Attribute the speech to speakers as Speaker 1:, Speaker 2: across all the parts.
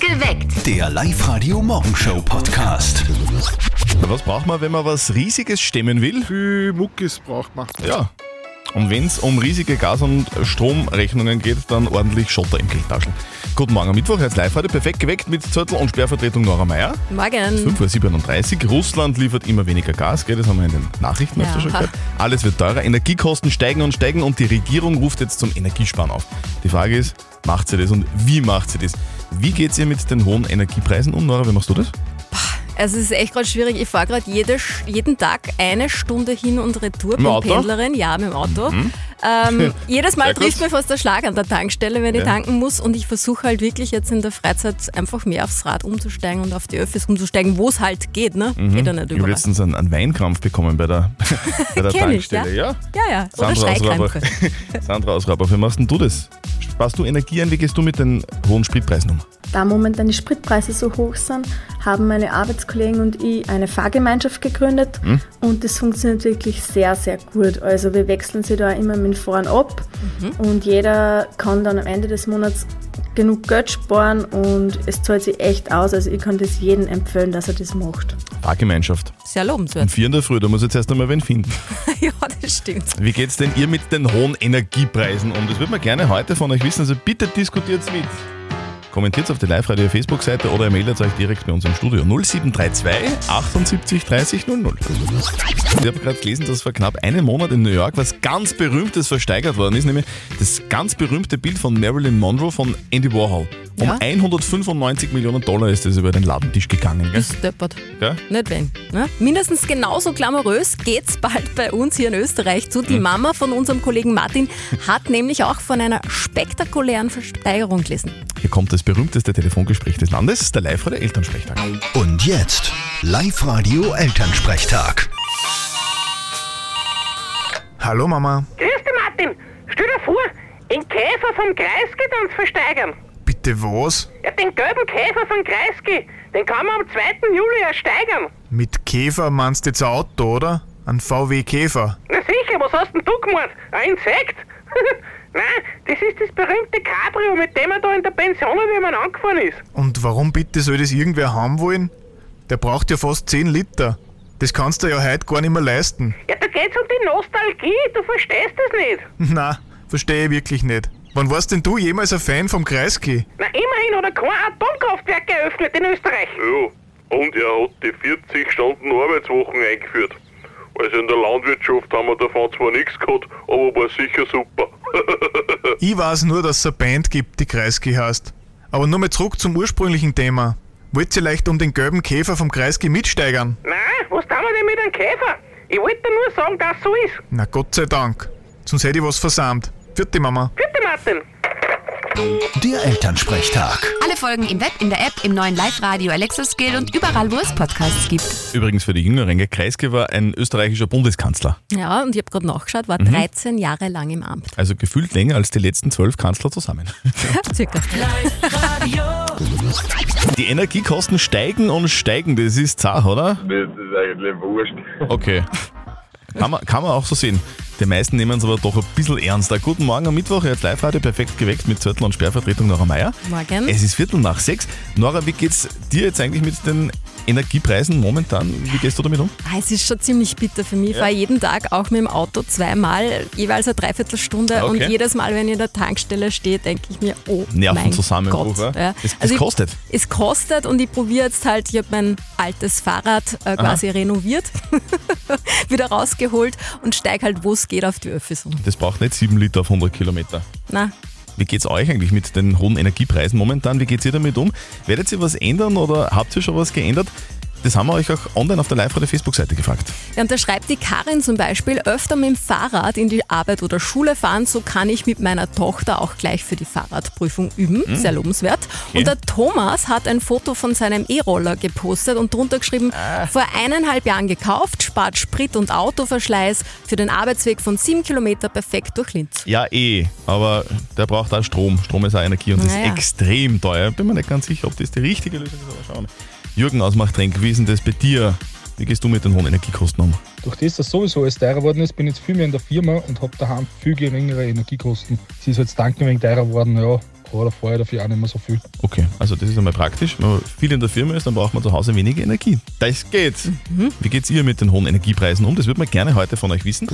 Speaker 1: Geweckt.
Speaker 2: Der Live-Radio-Morgenshow-Podcast.
Speaker 3: Was braucht man, wenn man was Riesiges stemmen will?
Speaker 4: Viel Muckis braucht man.
Speaker 3: Ja. Und wenn es um riesige Gas- und Stromrechnungen geht, dann ordentlich Schotter im Geldtaschen. Guten Morgen am Mittwoch, jetzt live heute perfekt geweckt mit Zürtel und Sperrvertretung Nora Meier.
Speaker 5: Mhm. Morgen.
Speaker 3: 5.37 Uhr. Russland liefert immer weniger Gas, gell? das haben wir in den Nachrichten öfter
Speaker 5: Ja.
Speaker 3: schon gehört. Alles wird teurer, Energiekosten steigen und steigen und die Regierung ruft jetzt zum Energiesparen auf. Die Frage ist, macht sie das und wie macht sie das? Wie geht's ihr mit den hohen Energiepreisen um, Nora? Wie machst du das?
Speaker 5: Also es ist echt gerade schwierig. Ich fahre gerade jede, Sch- jeden Tag eine Stunde hin und retour. Bin
Speaker 3: Auto? Mhm.
Speaker 5: Pendlerin, ja, mit dem Auto. Ähm, jedes Mal
Speaker 3: Sehr gut.
Speaker 5: trifft mir fast der Schlag an der Tankstelle, wenn ich
Speaker 3: Ja.
Speaker 5: tanken muss. Und ich versuche halt wirklich jetzt in der Freizeit einfach mehr aufs Rad umzusteigen und auf die Öffis umzusteigen, wo es halt geht. Ne?
Speaker 3: Mhm.
Speaker 5: Geht ja nicht
Speaker 3: Ich habe
Speaker 5: überall.
Speaker 3: letztens einen, einen Weinkrampf bekommen bei der, bei der
Speaker 5: Kenn ich,
Speaker 3: Tankstelle. ja?
Speaker 5: Ja, ja. Oder Schreikrämpfe.
Speaker 3: Sandra aus Raubach, wie machst denn du das? Sparst du Energie ein? Wie gehst du mit den hohen Spritpreisen um?
Speaker 6: Da momentan die Spritpreise so hoch sind, haben meine Arbeitskollegen und ich eine Fahrgemeinschaft gegründet und das funktioniert wirklich sehr, sehr gut. Also wir wechseln sie da immer mit Fahren ab und jeder kann dann am Ende des Monats genug Geld sparen und es zahlt sich echt aus. Also ich kann das jedem empfehlen, dass er das macht.
Speaker 3: Fahrgemeinschaft.
Speaker 5: Sehr
Speaker 3: Um
Speaker 5: lobenswert.
Speaker 3: vier in der Früh, da muss ich jetzt erst einmal wen finden.
Speaker 5: ja, das stimmt.
Speaker 3: Wie geht's denn ihr mit den hohen Energiepreisen um? Das würde man gerne heute von euch wissen, also bitte diskutiert's mit. Kommentiert's auf der Live-Radio Facebook-Seite oder ihr meldet euch direkt bei uns im Studio 0732 78 30 00. Ich habe gerade gelesen, dass vor knapp einem Monat in New York was ganz Berühmtes versteigert worden ist, nämlich das ganz berühmte Bild von Marilyn Monroe von Andy Warhol. Um
Speaker 5: Ja.
Speaker 3: 195 Millionen Dollar ist das über den Ladentisch gegangen. Gell?
Speaker 5: Bist deppert.
Speaker 3: Gell?
Speaker 5: Nicht wen. Ne? Mindestens genauso glamourös geht's bald bei uns hier in Österreich zu. Die Mama von unserem Kollegen Martin hat nämlich auch von einer spektakulären Versteigerung gelesen.
Speaker 3: Hier kommt das berühmteste Telefongespräch des Landes, der Live-Radio Elternsprechtag.
Speaker 2: Und jetzt Live-Radio-Elternsprechtag.
Speaker 4: Hallo Mama.
Speaker 7: Grüß dich, Martin. Stell dir vor, den Käfer vom Kreisky dann zu versteigern.
Speaker 4: Bitte was?
Speaker 7: Ja, den gelben Käfer von Kreisky, den kann man am 2. Juli ersteigern.
Speaker 4: Mit Käfer meinst du jetzt ein Auto, oder? Ein VW Käfer.
Speaker 7: Na sicher, was hast denn du gemacht? Ein Insekt? Nein, das ist das berühmte Cabrio, mit dem er da in der Pension jemand angefahren ist.
Speaker 4: Und warum bitte soll das irgendwer haben wollen? Der braucht ja fast 10 Liter. Das kannst du ja heute gar nicht mehr leisten.
Speaker 7: Ja, da geht's um die Nostalgie, du verstehst das nicht.
Speaker 4: Na, verstehe ich wirklich nicht. Wann warst denn du jemals ein Fan vom Kreisky?
Speaker 7: Na, immerhin hat er kein Atomkraftwerk geöffnet in Österreich.
Speaker 8: Ja, und er hat die 40 Stunden Arbeitswochen eingeführt. Also in der Landwirtschaft haben wir davon zwar nichts gehabt, aber war sicher super.
Speaker 4: Ich weiß nur, dass es eine Band gibt, die Kreisky heißt. Aber nur mal zurück zum ursprünglichen Thema. Wollt ihr leicht um den gelben Käfer vom Kreisky mitsteigern?
Speaker 7: Nein, was tun wir denn mit einem Käfer? Ich wollte nur sagen, dass so ist.
Speaker 4: Na Gott sei Dank. Sonst hätte ich was versammelt. Vierte Mama.
Speaker 7: Bitte, Martin.
Speaker 2: Der Elternsprechtag.
Speaker 9: Alle Folgen im Web, in der App, im neuen Live-Radio Alexa Skill und überall, wo es Podcasts gibt.
Speaker 3: Übrigens für die Jüngeren, gell? Kreisky war ein österreichischer Bundeskanzler.
Speaker 5: Ja, und ich habe gerade nachgeschaut, war 13 Jahre lang im Amt.
Speaker 3: Also gefühlt länger als die letzten zwölf Kanzler zusammen.
Speaker 5: Circa.
Speaker 3: Die Energiekosten steigen und steigen, das ist zart, oder?
Speaker 8: Das ist eigentlich wurscht.
Speaker 3: Okay. Kann man, kann man auch so sehen. Die meisten nehmen es aber doch ein bisschen ernster. Guten Morgen am Mittwoch, jetzt live heute perfekt geweckt mit Zörtel und Sperrvertretung Nora Meier.
Speaker 5: Morgen.
Speaker 3: Es ist Viertel nach sechs. Nora, wie geht's dir jetzt eigentlich mit den Energiepreisen momentan? Wie gehst du damit um?
Speaker 5: Ah, Es ist schon ziemlich bitter für mich. Ich fahre jeden Tag auch mit dem Auto zweimal, jeweils eine Dreiviertelstunde.
Speaker 3: Ah, Okay.
Speaker 5: Und jedes Mal, wenn ich in der Tankstelle stehe, denke ich mir, oh
Speaker 3: Nerven
Speaker 5: mein
Speaker 3: zusammenbruch,
Speaker 5: Gott. Also
Speaker 3: ja? Es- es
Speaker 5: ich-
Speaker 3: kostet.
Speaker 5: Es kostet und ich probiere jetzt halt, ich habe mein altes Fahrrad äh, quasi renoviert, wieder rausgeholt und steige halt, wo es geht, auf die Öffis um.
Speaker 3: Das braucht nicht sieben Liter auf 100 Kilometer.
Speaker 5: Na,
Speaker 3: Wie geht's euch eigentlich mit den hohen Energiepreisen momentan? Wie geht's ihr damit um? Werdet ihr was ändern oder habt ihr schon was geändert? Das haben wir euch auch online auf der Live- oder Facebook-Seite gefragt.
Speaker 5: Ja, und da schreibt die Karin zum Beispiel, öfter mit dem Fahrrad in die Arbeit oder Schule fahren, so kann ich mit meiner Tochter auch gleich für die Fahrradprüfung üben. Sehr lobenswert. Und der Thomas hat ein Foto von seinem E-Roller gepostet und drunter geschrieben, vor eineinhalb Jahren gekauft, spart Sprit und Autoverschleiß für den Arbeitsweg von sieben Kilometer perfekt durch Linz.
Speaker 3: Ja, eh, aber der braucht auch Strom. Strom ist auch Energie und
Speaker 5: Naja.
Speaker 3: ist extrem teuer. Bin mir nicht ganz sicher, ob das die richtige Lösung ist, aber schauen wir. Jürgen aus Machtrenk, wie ist denn das bei dir? Wie gehst du mit den hohen Energiekosten um?
Speaker 10: Durch das, dass sowieso alles teurer geworden ist, bin ich jetzt viel mehr in der Firma und habe daheim viel geringere Energiekosten. Es ist halt das Tanken wegen teurer geworden, ja. vor, da fahre ich dafür auch nicht mehr so viel.
Speaker 3: Okay, also das ist einmal praktisch. Wenn man viel in der Firma ist, dann braucht man zu Hause weniger Energie. Das geht.
Speaker 5: Mhm.
Speaker 3: Wie geht's ihr mit den hohen Energiepreisen um? Das würde man gerne heute von euch wissen.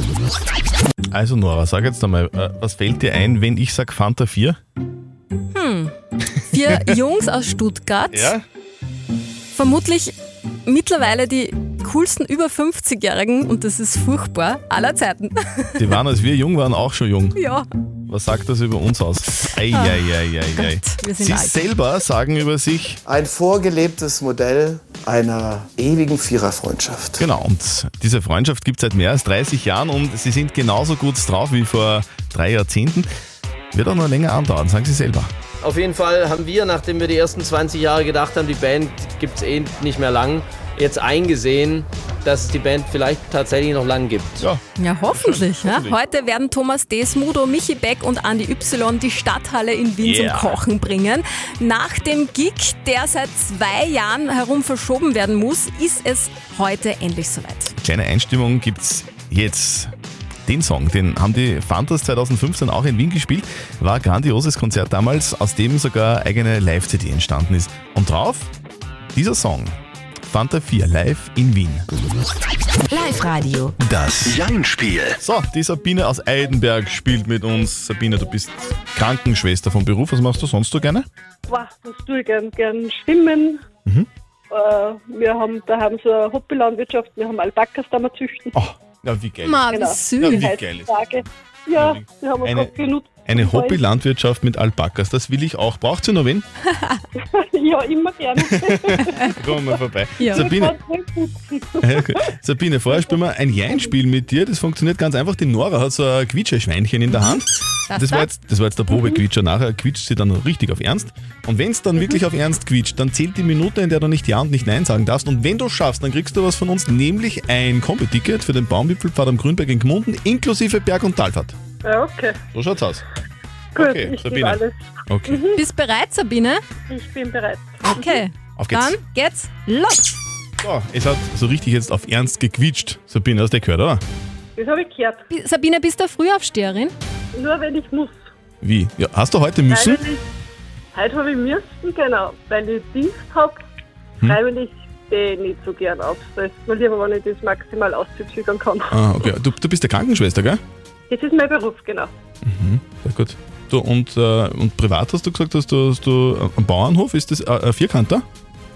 Speaker 3: Also Nora, sag jetzt einmal, äh, was fällt dir ein, wenn ich sage Fanta 4?
Speaker 5: Vier Jungs aus Stuttgart, vermutlich mittlerweile die coolsten über 50-Jährigen, und das ist furchtbar, aller Zeiten.
Speaker 3: Die waren, als wir jung waren, auch schon jung.
Speaker 5: ja,
Speaker 3: Was sagt das über uns aus? Ei, ei, ei, ei, ei.
Speaker 5: Ah. Gott, wir sind
Speaker 3: Sie
Speaker 5: alt.
Speaker 3: selber sagen über sich,
Speaker 1: Ein vorgelebtes Modell einer ewigen Viererfreundschaft.
Speaker 3: Genau, und diese Freundschaft gibt es seit mehr als 30 Jahren und sie sind genauso gut drauf wie vor drei Jahrzehnten. Wird auch noch länger andauern, sagen sie selber.
Speaker 1: Auf jeden Fall haben wir, nachdem wir die ersten 20 Jahre gedacht haben, die Band gibt es eh nicht mehr lang, jetzt eingesehen, dass es die Band vielleicht tatsächlich noch lang gibt.
Speaker 5: ja hoffentlich. Ja. Heute werden Thomas Desmudo, Michi Beck und Andi Y die Stadthalle in Wien
Speaker 3: Yeah.
Speaker 5: zum Kochen bringen. Nach dem Gig, der seit zwei Jahren herum verschoben werden muss, ist es heute endlich soweit.
Speaker 3: Kleine Einstimmung gibt's jetzt. Den Song, den haben die Fantas 2015 auch in Wien gespielt, war ein grandioses Konzert damals, aus dem sogar eigene Live-CD entstanden ist. Und drauf dieser Song, Fanta 4 live in Wien.
Speaker 9: Live-Radio.
Speaker 2: Das Jein-Spiel.
Speaker 3: So, die Sabine aus Eidenberg spielt mit uns. Sabine, du bist Krankenschwester vom Beruf. Was machst du sonst so gerne?
Speaker 7: Boah, das tue ich gern, gern schwimmen.
Speaker 3: Mhm.
Speaker 7: Äh, wir haben, da haben so eine Hobbylandwirtschaft, wir haben Alpakas da mal züchten.
Speaker 3: Oh, ja, wie geil.
Speaker 5: Ma, wie
Speaker 7: Genau.
Speaker 3: Ja,
Speaker 5: süß.
Speaker 3: wie geil ist das?
Speaker 7: Tage. Ja, wir haben
Speaker 3: Eine-
Speaker 7: eine, genutzt.
Speaker 3: Eine Hobbylandwirtschaft mit Alpakas, das will ich auch. Braucht sie noch wen?
Speaker 7: Ja, immer gerne.
Speaker 3: Da kommen wir mal vorbei.
Speaker 5: Ja.
Speaker 3: Sabine, okay. Sabine, vorher spielen wir ein Jein-Spiel mit dir. Das funktioniert ganz einfach. Die Nora hat so ein Quietscheschweinchen in der Hand.
Speaker 5: Das Mhm.
Speaker 3: Das war
Speaker 5: da?
Speaker 3: jetzt, das war jetzt der Probequietscher. Nachher quietscht sie dann richtig auf Ernst. Und wenn es
Speaker 5: Mhm.
Speaker 3: dann wirklich auf Ernst quietscht, dann zählt die Minute, in der du nicht Ja und nicht Nein sagen darfst. Und wenn du schaffst, dann kriegst du was von uns, nämlich ein Kombi-Ticket für den Baumwipfelpfad am Grünberg in Gmunden, inklusive Berg- und Talfahrt.
Speaker 7: Ja, okay.
Speaker 3: So schaut's aus.
Speaker 7: Gut,
Speaker 3: Okay,
Speaker 7: ich
Speaker 3: Sabine.
Speaker 7: gebe alles.
Speaker 3: Okay.
Speaker 5: Bist bereit, Sabine?
Speaker 7: Ich bin bereit.
Speaker 5: Okay,
Speaker 3: Auf geht's.
Speaker 5: dann geht's los.
Speaker 3: So, es hat so richtig jetzt auf Ernst gequietscht. Sabine, hast du gehört, oder?
Speaker 7: Das habe ich gehört.
Speaker 5: Bi- Sabine, bist du Frühaufsteherin?
Speaker 7: Nur wenn ich muss.
Speaker 3: Wie? Ja, hast du heute müssen?
Speaker 7: Freiwillig. Heute habe ich müssen, genau. Weil ich Dienst habe,
Speaker 3: Hm?
Speaker 7: freiwillig stehe ich nicht so gern auf. Da ist mir lieber, wenn ich das maximal auszuzögern kann.
Speaker 3: Ah, okay. Du, du bist ja Krankenschwester, gell?
Speaker 7: Das ist mein Beruf, genau.
Speaker 3: Sehr gut. Du, und, äh, und privat hast du gesagt, dass du, dass du am Bauernhof, ist das äh, ein Vierkanter?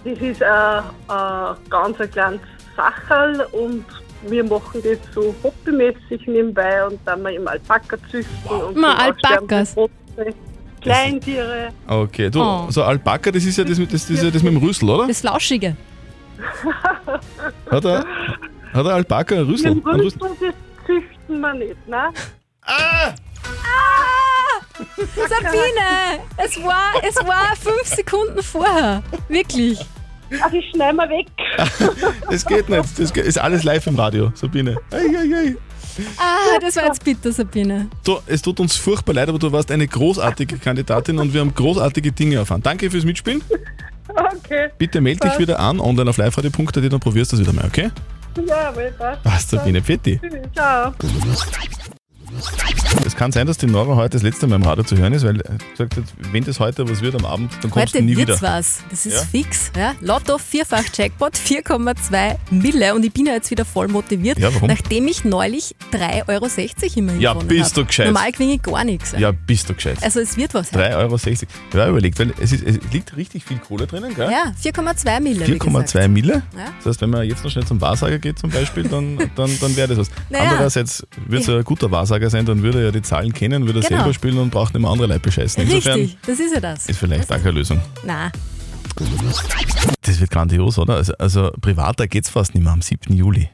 Speaker 7: Das ist ein, ein ganz ein kleines Sacherl und wir machen das so hobbymäßig nebenbei und dann mal im Alpaka züchten und
Speaker 5: Ma,
Speaker 7: zum Aussterben
Speaker 5: Alpakas.
Speaker 7: bedrohte Kleintiere.
Speaker 3: Okay, du,
Speaker 5: Oh.
Speaker 3: so Alpaka, das ist ja das mit, das, das, ist ja das mit dem Rüssel, oder?
Speaker 5: Das Lauschige.
Speaker 3: Hat er, hat er Alpaka einen Rüssel?
Speaker 7: Mit dem
Speaker 3: Einen Rüssel?
Speaker 7: Rüstung, das züchten wir nicht, ne?
Speaker 5: Sabine, es war, es war fünf Sekunden vorher. Wirklich.
Speaker 7: Also ich schneide mal weg.
Speaker 3: Das geht nicht. Das geht, ist alles live im Radio, Sabine. Ei, ei, ei.
Speaker 5: Ah, das war jetzt bitter, Sabine.
Speaker 3: Du, es tut uns furchtbar leid, aber du warst eine großartige Kandidatin und wir haben großartige Dinge erfahren. Danke fürs Mitspielen.
Speaker 7: Okay,
Speaker 3: Bitte melde dich wieder an, online auf liveradio.at, dann probierst du das wieder mal, okay?
Speaker 7: ja, weiter.
Speaker 3: Was, Sabine, Pfitti.
Speaker 7: Ciao.
Speaker 3: Es kann sein, dass die Nora heute das letzte Mal im Radio zu hören ist, weil äh, gesagt hat, wenn das heute was wird am Abend, dann kommst
Speaker 5: Heute
Speaker 3: du nie
Speaker 5: wird's
Speaker 3: wieder.
Speaker 5: was. Das ist
Speaker 3: Ja?
Speaker 5: fix. Ja? Lotto, vierfach Jackpot, 4,2 Mille. Und ich bin ja jetzt wieder voll motiviert,
Speaker 3: Ja, warum?
Speaker 5: nachdem ich neulich 3,60 Euro immerhin
Speaker 3: Ja,
Speaker 5: gewonnen
Speaker 3: bist
Speaker 5: hab.
Speaker 3: du gescheit.
Speaker 5: Normal klinge ich gar nichts.
Speaker 3: Ja, bist du gescheit.
Speaker 5: Also es wird was.
Speaker 3: 3,60 Euro. Ich habe überlegt, weil es, ist, es liegt richtig viel Kohle drinnen, gell?
Speaker 5: Ja, 4,2 Mille. wie gesagt.
Speaker 3: 4,2 Mille.
Speaker 5: Ja.
Speaker 3: Das heißt, wenn man jetzt noch schnell zum Wahrsager geht zum Beispiel, dann, dann, dann wäre das was.
Speaker 5: Naja.
Speaker 3: Andererseits wird es ein guter Wahrsager sein, dann würde er ja die Zahlen kennen, würde er
Speaker 5: Genau.
Speaker 3: selber spielen und braucht nicht mehr andere Leute bescheißen. Insofern
Speaker 5: Richtig, das ist ja das.
Speaker 3: ist vielleicht auch keine Lösung.
Speaker 5: Na,
Speaker 3: Das wird grandios, oder? Also, also privater geht's fast nicht mehr am 7. Juli.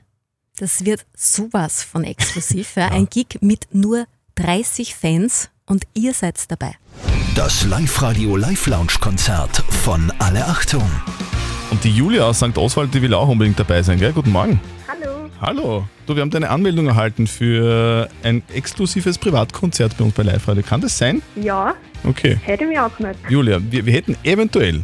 Speaker 5: das wird sowas von exklusiv. ja. Ein Gig mit nur 30 Fans und ihr seid dabei.
Speaker 2: Das Live-Radio Live-Lounge-Konzert von Alle Achtung.
Speaker 3: Und die Julia aus St. Oswald, die will auch unbedingt dabei sein, gell? Guten Morgen.
Speaker 7: Hallo.
Speaker 3: Hallo. Du, wir haben deine Anmeldung erhalten für ein exklusives Privatkonzert bei uns bei Live Radio. Kann das sein?
Speaker 7: Ja,
Speaker 3: Okay.
Speaker 7: hätte mich angemeldet.
Speaker 3: Julia, wir, wir hätten eventuell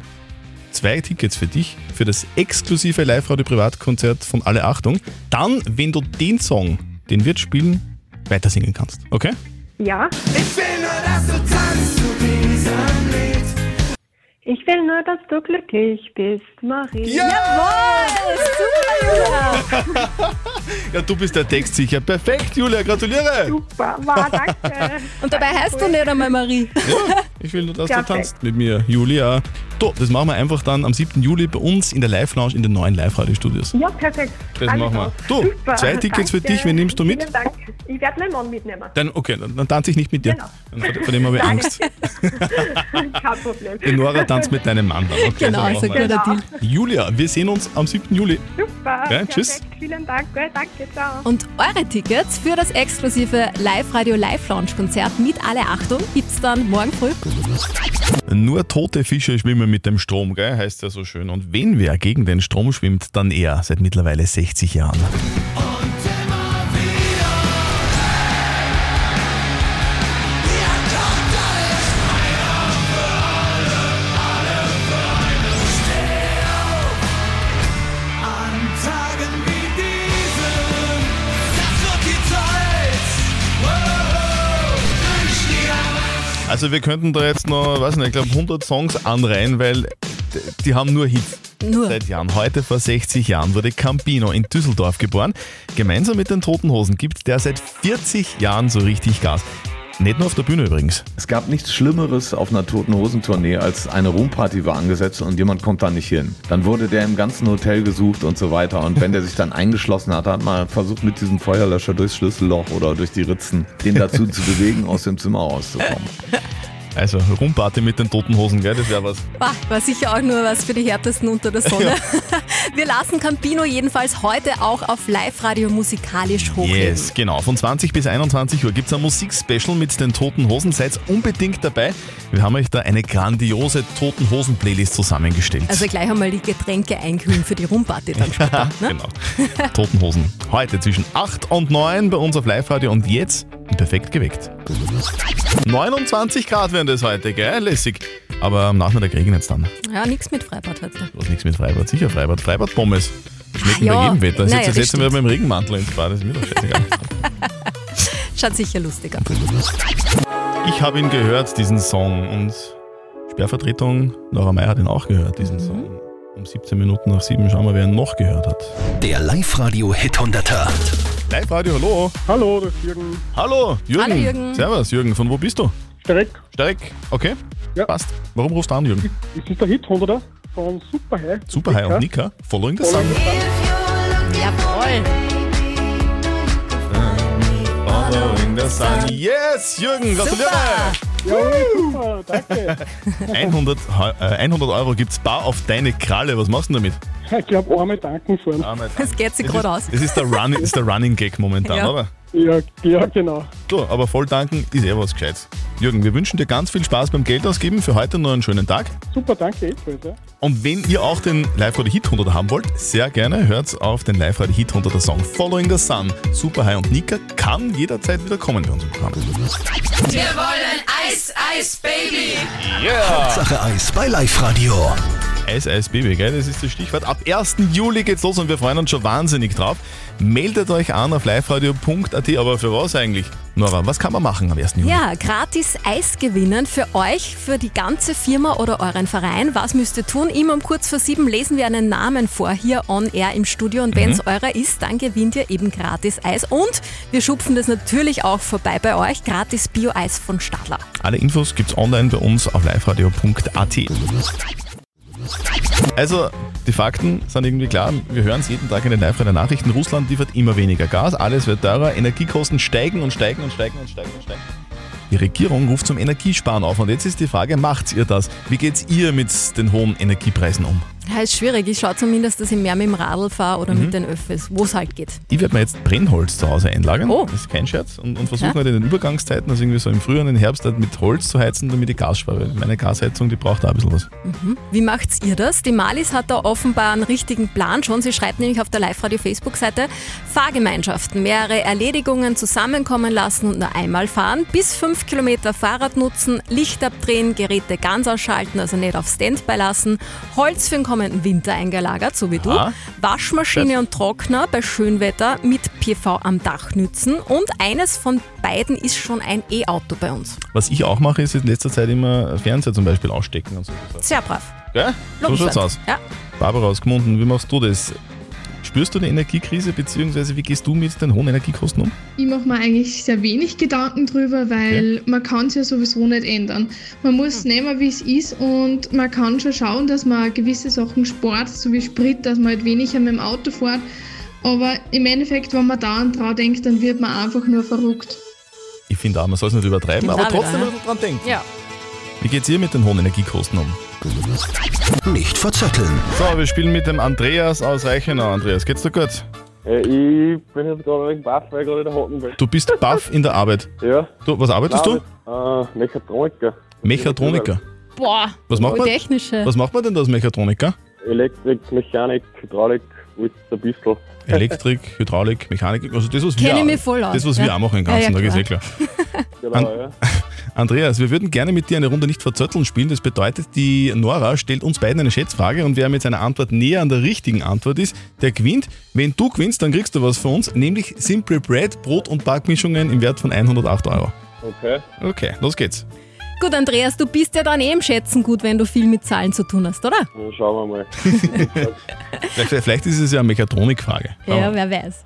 Speaker 3: zwei Tickets für dich für das exklusive Live Radio Privatkonzert von Alle Achtung. Dann, wenn du den Song, den wir spielen, weiter singen kannst. Okay?
Speaker 7: Ja.
Speaker 1: Ich will nur, dass du tanzt zu diesem Lied.
Speaker 7: Ich will nur, dass du glücklich bist, Marie.
Speaker 5: Jawohl!
Speaker 3: Ja, du bist der Text sicher. Perfekt, Julia, gratuliere.
Speaker 7: Super, wow, danke.
Speaker 5: Und dabei heißt du nicht einmal Marie.
Speaker 3: Ich will nur, dass
Speaker 7: Perfekt.
Speaker 3: du tanzt mit mir, Julia. So, das machen wir einfach dann am 7. Juli bei uns in der Live-Lounge in den neuen Live-Radio-Studios.
Speaker 7: Ja, perfekt.
Speaker 3: Das
Speaker 7: Alles
Speaker 3: machen wir.
Speaker 7: aus.
Speaker 3: Du,
Speaker 7: Super,
Speaker 3: zwei Tickets für
Speaker 7: danke.
Speaker 3: dich. Wen nimmst du mit?
Speaker 7: Vielen Dank. Ich werde meinen Mann mitnehmen.
Speaker 3: Dann, okay, dann, dann tanze ich nicht mit dir.
Speaker 7: Genau.
Speaker 3: Dann Vor, vor dem habe ich
Speaker 7: Nein.
Speaker 3: Angst.
Speaker 7: Kein Problem.
Speaker 3: Die Nora tanzt mit deinem Mann. Dann. Okay,
Speaker 5: Genau,
Speaker 3: so
Speaker 5: also
Speaker 3: machen wir
Speaker 5: guter Deal.
Speaker 3: das. Julia, wir sehen uns am 7. Juli.
Speaker 7: Super.
Speaker 3: Ja, tschüss.
Speaker 7: perfekt. Vielen Dank. Gut, Danke, ciao.
Speaker 5: Und eure Tickets für das exklusive Live-Radio Live-Launch-Konzert mit alle Achtung gibt's dann morgen früh.
Speaker 3: Nur tote Fische schwimmen mit dem Strom, gell? Heißt ja so schön. Und wen wer gegen den Strom schwimmt, dann er seit mittlerweile 60 Jahren. Also wir könnten da jetzt noch, weiß nicht, ich glaube 100 Songs anreihen, weil d- die haben nur Hits.
Speaker 5: Nur.
Speaker 3: Seit Jahren. Heute vor 60 Jahren wurde Campino in Düsseldorf geboren. Gemeinsam mit den Toten Hosen gibt der seit 40 Jahren so richtig Gas. Nicht nur auf der Bühne übrigens.
Speaker 11: Es gab nichts Schlimmeres auf einer Toten Hosen-Tournee, als eine Roomparty war angesetzt und jemand kommt da nicht hin. Dann wurde der im ganzen Hotel gesucht und so weiter. Und wenn der sich dann eingeschlossen hat, hat man versucht, mit diesem Feuerlöscher durchs Schlüsselloch oder durch die Ritzen den dazu zu bewegen, aus dem Zimmer rauszukommen.
Speaker 3: Also Rumparty mit den Toten Hosen, gell? Das wäre was.
Speaker 5: Ah, war sicher auch nur was für die Härtesten unter der Sonne. Wir lassen Campino jedenfalls heute auch auf Live-Radio musikalisch hochleben.
Speaker 3: Yes, genau. Von 20 bis 21 Uhr gibt es ein Musikspecial mit den Toten Hosen. Seid unbedingt dabei. Wir haben euch da eine grandiose Toten Hosen-Playlist zusammengestellt.
Speaker 5: Also gleich einmal die Getränke einkühlen für die Rumparty dann später. Ne?
Speaker 3: genau. Toten Hosen. Heute zwischen 8 und 9 bei uns auf Live-Radio und jetzt in perfekt geweckt. 29 Grad werden das heute, gell? Lässig. Aber am Nachmittag regnet es dann.
Speaker 5: Ja, nichts mit Freibad heute.
Speaker 3: Du hast nichts mit Freibad. Sicher Freibad. Freibad-Pommes. Schmecken
Speaker 5: Ah,
Speaker 3: bei
Speaker 5: ja.
Speaker 3: jedem Wetter.
Speaker 5: Naja,
Speaker 3: Jetzt
Speaker 5: das
Speaker 3: setzen wir
Speaker 5: stimmt.
Speaker 3: mit dem Regenmantel ins Bad. Das ist mir doch scheißegal.
Speaker 5: Schaut sicher lustiger.
Speaker 3: Ich habe ihn gehört, diesen Song. Und Sperrvertretung Nora Meyer hat ihn auch gehört, diesen
Speaker 5: Mhm.
Speaker 3: Song. Um 17 Minuten nach 7 schauen wir, wer ihn noch gehört hat.
Speaker 2: Der Live-Radio Hit 100er.
Speaker 3: Live Radio, hallo.
Speaker 10: Hallo, das ist Jürgen
Speaker 3: Hallo, Jürgen.
Speaker 5: Hallo, Jürgen.
Speaker 3: Servus, Jürgen. Von wo bist du?
Speaker 10: Streck.
Speaker 3: Steig. Okay.
Speaker 10: Ja.
Speaker 3: Passt. Warum rufst du an, Jürgen?
Speaker 10: Das ist der Hit 100er von Superhigh.
Speaker 3: Super High und Nika. Following the Sun.
Speaker 5: Jawohl.
Speaker 3: Following the Sun. Yes, Jürgen, gratuliere.
Speaker 10: Ja, super, danke.
Speaker 3: 100, Heu- äh, 100 Euro gibt's bar auf deine Kralle. Was machst du denn damit?
Speaker 10: Ich glaube, arme Tanken fahren.
Speaker 5: Das geht sich gerade aus.
Speaker 3: Das ist der, Run, ist der Running Gag momentan,
Speaker 5: Ja.
Speaker 3: oder?
Speaker 10: Ja, ja, genau.
Speaker 3: Du, aber voll danken ist eh was Gescheites. Jürgen, wir wünschen dir ganz viel Spaß beim Geldausgeben. Für heute noch einen schönen Tag.
Speaker 10: Super, danke ebenfalls. Ja.
Speaker 3: Und wenn ihr auch den live Radio hit 100 haben wollt, sehr gerne hört auf den live Radio hit 100 Song Following the Sun. Super High und Nika kann jederzeit wieder kommen bei uns im Programm.
Speaker 2: Sache Eis bei Live-Radio.
Speaker 3: Eis, Eis, Baby, gell? Das ist das Stichwort. Ab 1. Juli geht's los und wir freuen uns schon wahnsinnig drauf. Meldet euch an auf liveradio.at. Aber für was eigentlich? Nora, was kann man machen am 1. Juli?
Speaker 5: Ja, gratis Eis gewinnen für euch, für die ganze Firma oder euren Verein. Was müsst ihr tun? Immer um kurz vor sieben lesen wir einen Namen vor hier on air im Studio. Und wenn es eurer ist, dann gewinnt ihr eben gratis Eis. Und wir schupfen das natürlich auch vorbei bei euch. Gratis Bio-Eis von Stadler.
Speaker 3: Alle Infos gibt's online bei uns auf liveradio.at. Also, die Fakten sind irgendwie klar. Wir hören es jeden Tag in den live der Nachrichten. Russland liefert immer weniger Gas, alles wird teurer, Energiekosten steigen und steigen und steigen und steigen und steigen. Die Regierung ruft zum Energiesparen auf und jetzt ist die Frage, macht ihr das? Wie geht's ihr mit den hohen Energiepreisen um?
Speaker 5: Ja, ist schwierig. Ich schaue zumindest, dass ich mehr mit dem Radl fahre oder mit den Öffis, wo es halt geht.
Speaker 3: Ich werde mir jetzt Brennholz zu Hause einlagern.
Speaker 5: Oh.
Speaker 3: Das ist kein Scherz. Und, und versuchen halt in den Übergangszeiten, also irgendwie so im Frühjahr und im Herbst, halt mit Holz zu heizen, damit ich Gas spare. Weil Meine Gasheizung, die braucht auch ein bisschen was.
Speaker 5: Wie macht's ihr das? Die Malis hat da offenbar einen richtigen Plan schon. Sie schreibt nämlich auf der Live-Radio-Facebook-Seite, Fahrgemeinschaften, mehrere Erledigungen zusammenkommen lassen und nur einmal fahren, bis fünf Kilometer Fahrrad nutzen, Licht abdrehen, Geräte ganz ausschalten, also nicht auf Standby lassen, Holz für den kommenden Winter eingelagert, so wie du.
Speaker 3: Aha.
Speaker 5: Waschmaschine und Trockner bei Schönwetter mit PV am Dach nützen. Und eines von beiden ist schon ein E-Auto bei uns.
Speaker 3: Was ich auch mache, ist in letzter Zeit immer Fernseher zum Beispiel ausstecken und so.
Speaker 5: Sehr brav.
Speaker 3: Gell? So schaut's
Speaker 5: Lobenswert.
Speaker 3: aus.
Speaker 5: Ja.
Speaker 3: Barbara aus Gmunden, wie machst du das? Spürst du eine Energiekrise, beziehungsweise wie gehst du mit den hohen Energiekosten um?
Speaker 12: Ich mache mir eigentlich sehr wenig Gedanken drüber, weil man kann es ja sowieso nicht ändern. Man muss nehmen, wie es ist und man kann schon schauen, dass man gewisse Sachen spart, so wie Sprit, dass man halt weniger mit dem Auto fährt. Aber im Endeffekt, wenn man da und dran denkt, dann wird man einfach nur verrückt.
Speaker 3: Ich finde auch, man soll es nicht übertreiben, aber trotzdem.
Speaker 5: dran denken. Genau, Ja.
Speaker 3: Wie geht's ihr mit den hohen Energiekosten um? Nicht verzetteln. So, wir spielen mit dem Andreas aus Reichenau. Andreas, geht's dir gut?
Speaker 13: Ich bin jetzt gerade wegen Baff, weil ich gerade in der Hocken bin.
Speaker 3: Du bist baff in der Arbeit.
Speaker 13: Ja.
Speaker 3: Du, was arbeitest du?
Speaker 13: du? Äh, Mechatroniker.
Speaker 3: Mechatroniker.
Speaker 5: Boah, Oh,
Speaker 3: Was macht man? Was macht man denn da als Mechatroniker?
Speaker 13: Elektrik, Mechanik, Hydraulik, alles ein bisschen.
Speaker 3: Elektrik, Hydraulik, Mechanik, also das, was
Speaker 5: Kenn
Speaker 3: wir,
Speaker 5: ich mich voll aus,
Speaker 3: das, was
Speaker 5: ja.
Speaker 3: wir auch machen den
Speaker 5: Ja, ja,
Speaker 3: ganzen Tag, ist eh
Speaker 5: klar.
Speaker 3: klar.
Speaker 13: Genau,
Speaker 3: An- Andreas, wir würden gerne mit dir eine Runde nicht verzötteln spielen. Das bedeutet, die Nora stellt uns beiden eine Schätzfrage und wer mit seiner Antwort näher an der richtigen Antwort ist, der gewinnt. Wenn du gewinnst, dann kriegst du was von uns, nämlich Simple Bread, Brot und Backmischungen im Wert von 108 Euro.
Speaker 13: Okay.
Speaker 3: Okay, los geht's.
Speaker 5: Gut, Andreas, du bist ja dann eh im Schätzen gut, wenn du viel mit Zahlen zu tun hast, oder?
Speaker 13: Dann schauen wir mal.
Speaker 3: Vielleicht, vielleicht ist es ja eine Mechatronikfrage.
Speaker 5: Ja, wer weiß.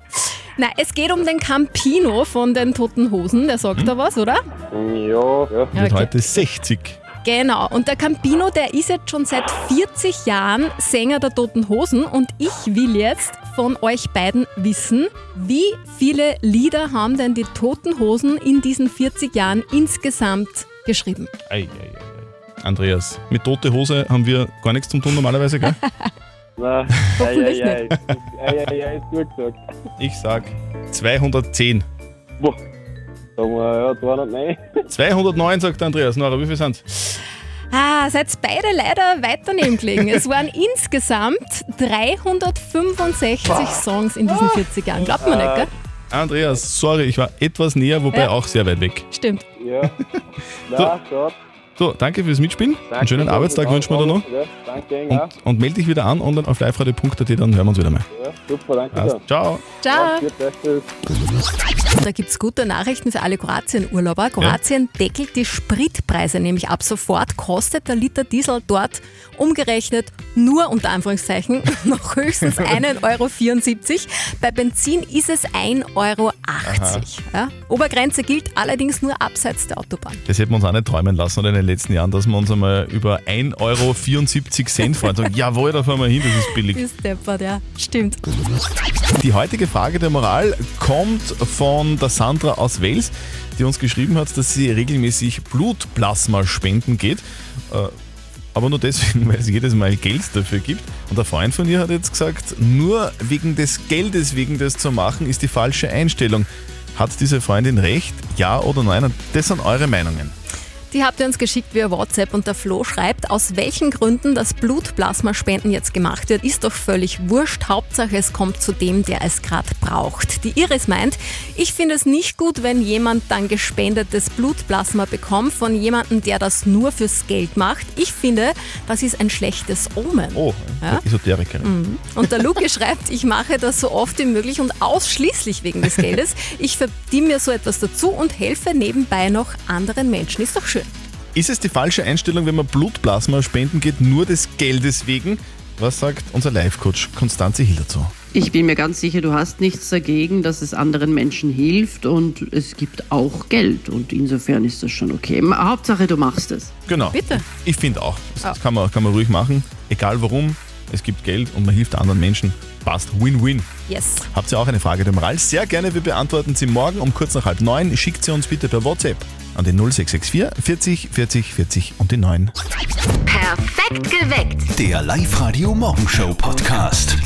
Speaker 5: Na, es geht um den Campino von den Toten Hosen, der sagt da was, oder?
Speaker 13: Ja, ja.
Speaker 3: Wird heute 60.
Speaker 5: Genau, und der Campino, der ist jetzt schon seit 40 Jahren Sänger der Toten Hosen und ich will jetzt von euch beiden wissen, wie viele Lieder haben denn die Toten Hosen in diesen 40 Jahren insgesamt geschrieben?
Speaker 3: Ei, ei, ei, ei. Andreas, mit tote Hose haben wir gar nichts zum tun normalerweise, gell?
Speaker 13: Nein,
Speaker 3: Hoffentlich
Speaker 13: ei, ei, ei, ei, ei, ist gut gesagt.
Speaker 3: Ich sag 210.
Speaker 13: Boah. Sagen wir, ja, 209.
Speaker 3: 209 sagt der Andreas. Nora, wie viel sind's?
Speaker 5: Ah, seid beide leider weit daneben gelegen. Es waren insgesamt 365 Songs in diesen 40 Jahren. Glaubt man nicht, gell?
Speaker 3: Andreas, sorry, ich war etwas näher, wobei
Speaker 5: Ja.
Speaker 3: auch sehr weit weg.
Speaker 5: Stimmt.
Speaker 13: Ja.
Speaker 3: So.
Speaker 13: Nein, Gott.
Speaker 3: So, danke fürs Mitspielen. Einen schönen Arbeitstag wünschen wir dir noch.
Speaker 13: Ja, danke, ja.
Speaker 3: Und, und melde dich wieder an online auf livefreude.at, dann hören wir uns wieder mal.
Speaker 13: ja. Super, danke.
Speaker 3: Passt.
Speaker 13: schön.
Speaker 3: Ciao.
Speaker 5: Ciao.
Speaker 13: Tschüss.
Speaker 5: Da gibt es gute Nachrichten für alle Kroatien-Urlauber. Kroatien deckelt die Spritpreise nämlich ab sofort. Kostet der Liter Diesel dort umgerechnet nur unter Anführungszeichen noch höchstens 1,74 Euro. Bei Benzin ist es 1,80 Euro. Ja? Obergrenze gilt allerdings nur abseits der Autobahn.
Speaker 3: Das hätten wir uns auch nicht träumen lassen oder in den letzten Jahren, dass wir uns einmal über 1,74 Euro freuen. Sagen, jawohl, da fahren wir hin, das ist billig.
Speaker 5: Ist deppert, ja. Stimmt.
Speaker 3: Die heutige Frage der Moral kommt von der Sandra aus Wales, die uns geschrieben hat, dass sie regelmäßig Blutplasma spenden geht. Äh, Aber nur deswegen, weil es jedes Mal Geld dafür gibt. Und der Freund von ihr hat jetzt gesagt, nur wegen des Geldes, wegen des zu machen, ist die falsche Einstellung. Hat diese Freundin recht? Ja oder nein? Und das sind eure Meinungen.
Speaker 5: Die habt ihr uns geschickt via WhatsApp und der Flo schreibt, aus welchen Gründen das Blutplasmaspenden jetzt gemacht wird, ist doch völlig wurscht. Hauptsache, es kommt zu dem, der es gerade braucht. Die Iris meint, ich finde es nicht gut, wenn jemand dann gespendetes Blutplasma bekommt von jemandem, der das nur fürs Geld macht. Ich finde, das ist ein schlechtes Omen.
Speaker 3: Oh,
Speaker 5: Ja?
Speaker 3: Esoterikerin.
Speaker 5: Mhm. Und der Luke schreibt, ich mache das so oft wie möglich und ausschließlich wegen des Geldes. Ich verdiene mir so etwas dazu und helfe nebenbei noch anderen Menschen. Ist doch schön.
Speaker 3: Ist es die falsche Einstellung, wenn man Blutplasma spenden geht, nur des Geldes wegen? Was sagt unser Live-Coach Konstanze Hill dazu?
Speaker 14: Ich bin mir ganz sicher, du hast nichts dagegen, dass es anderen Menschen hilft und es gibt auch Geld und insofern ist das schon okay. Hauptsache, du machst es.
Speaker 3: Genau.
Speaker 14: Bitte.
Speaker 3: Ich finde auch. Das, das
Speaker 14: Ah.
Speaker 3: kann, man, kann man ruhig machen. Egal warum, es gibt Geld und man hilft anderen Menschen. Passt. Win-win.
Speaker 5: Yes.
Speaker 3: Habt ihr auch eine Frage der Moral? Sehr gerne. Wir beantworten sie morgen um kurz nach halb neun. Schickt sie uns bitte per WhatsApp an den 0664 40 40 40 und die 9.
Speaker 2: Perfekt geweckt. Der Live-Radio Morgenshow Podcast.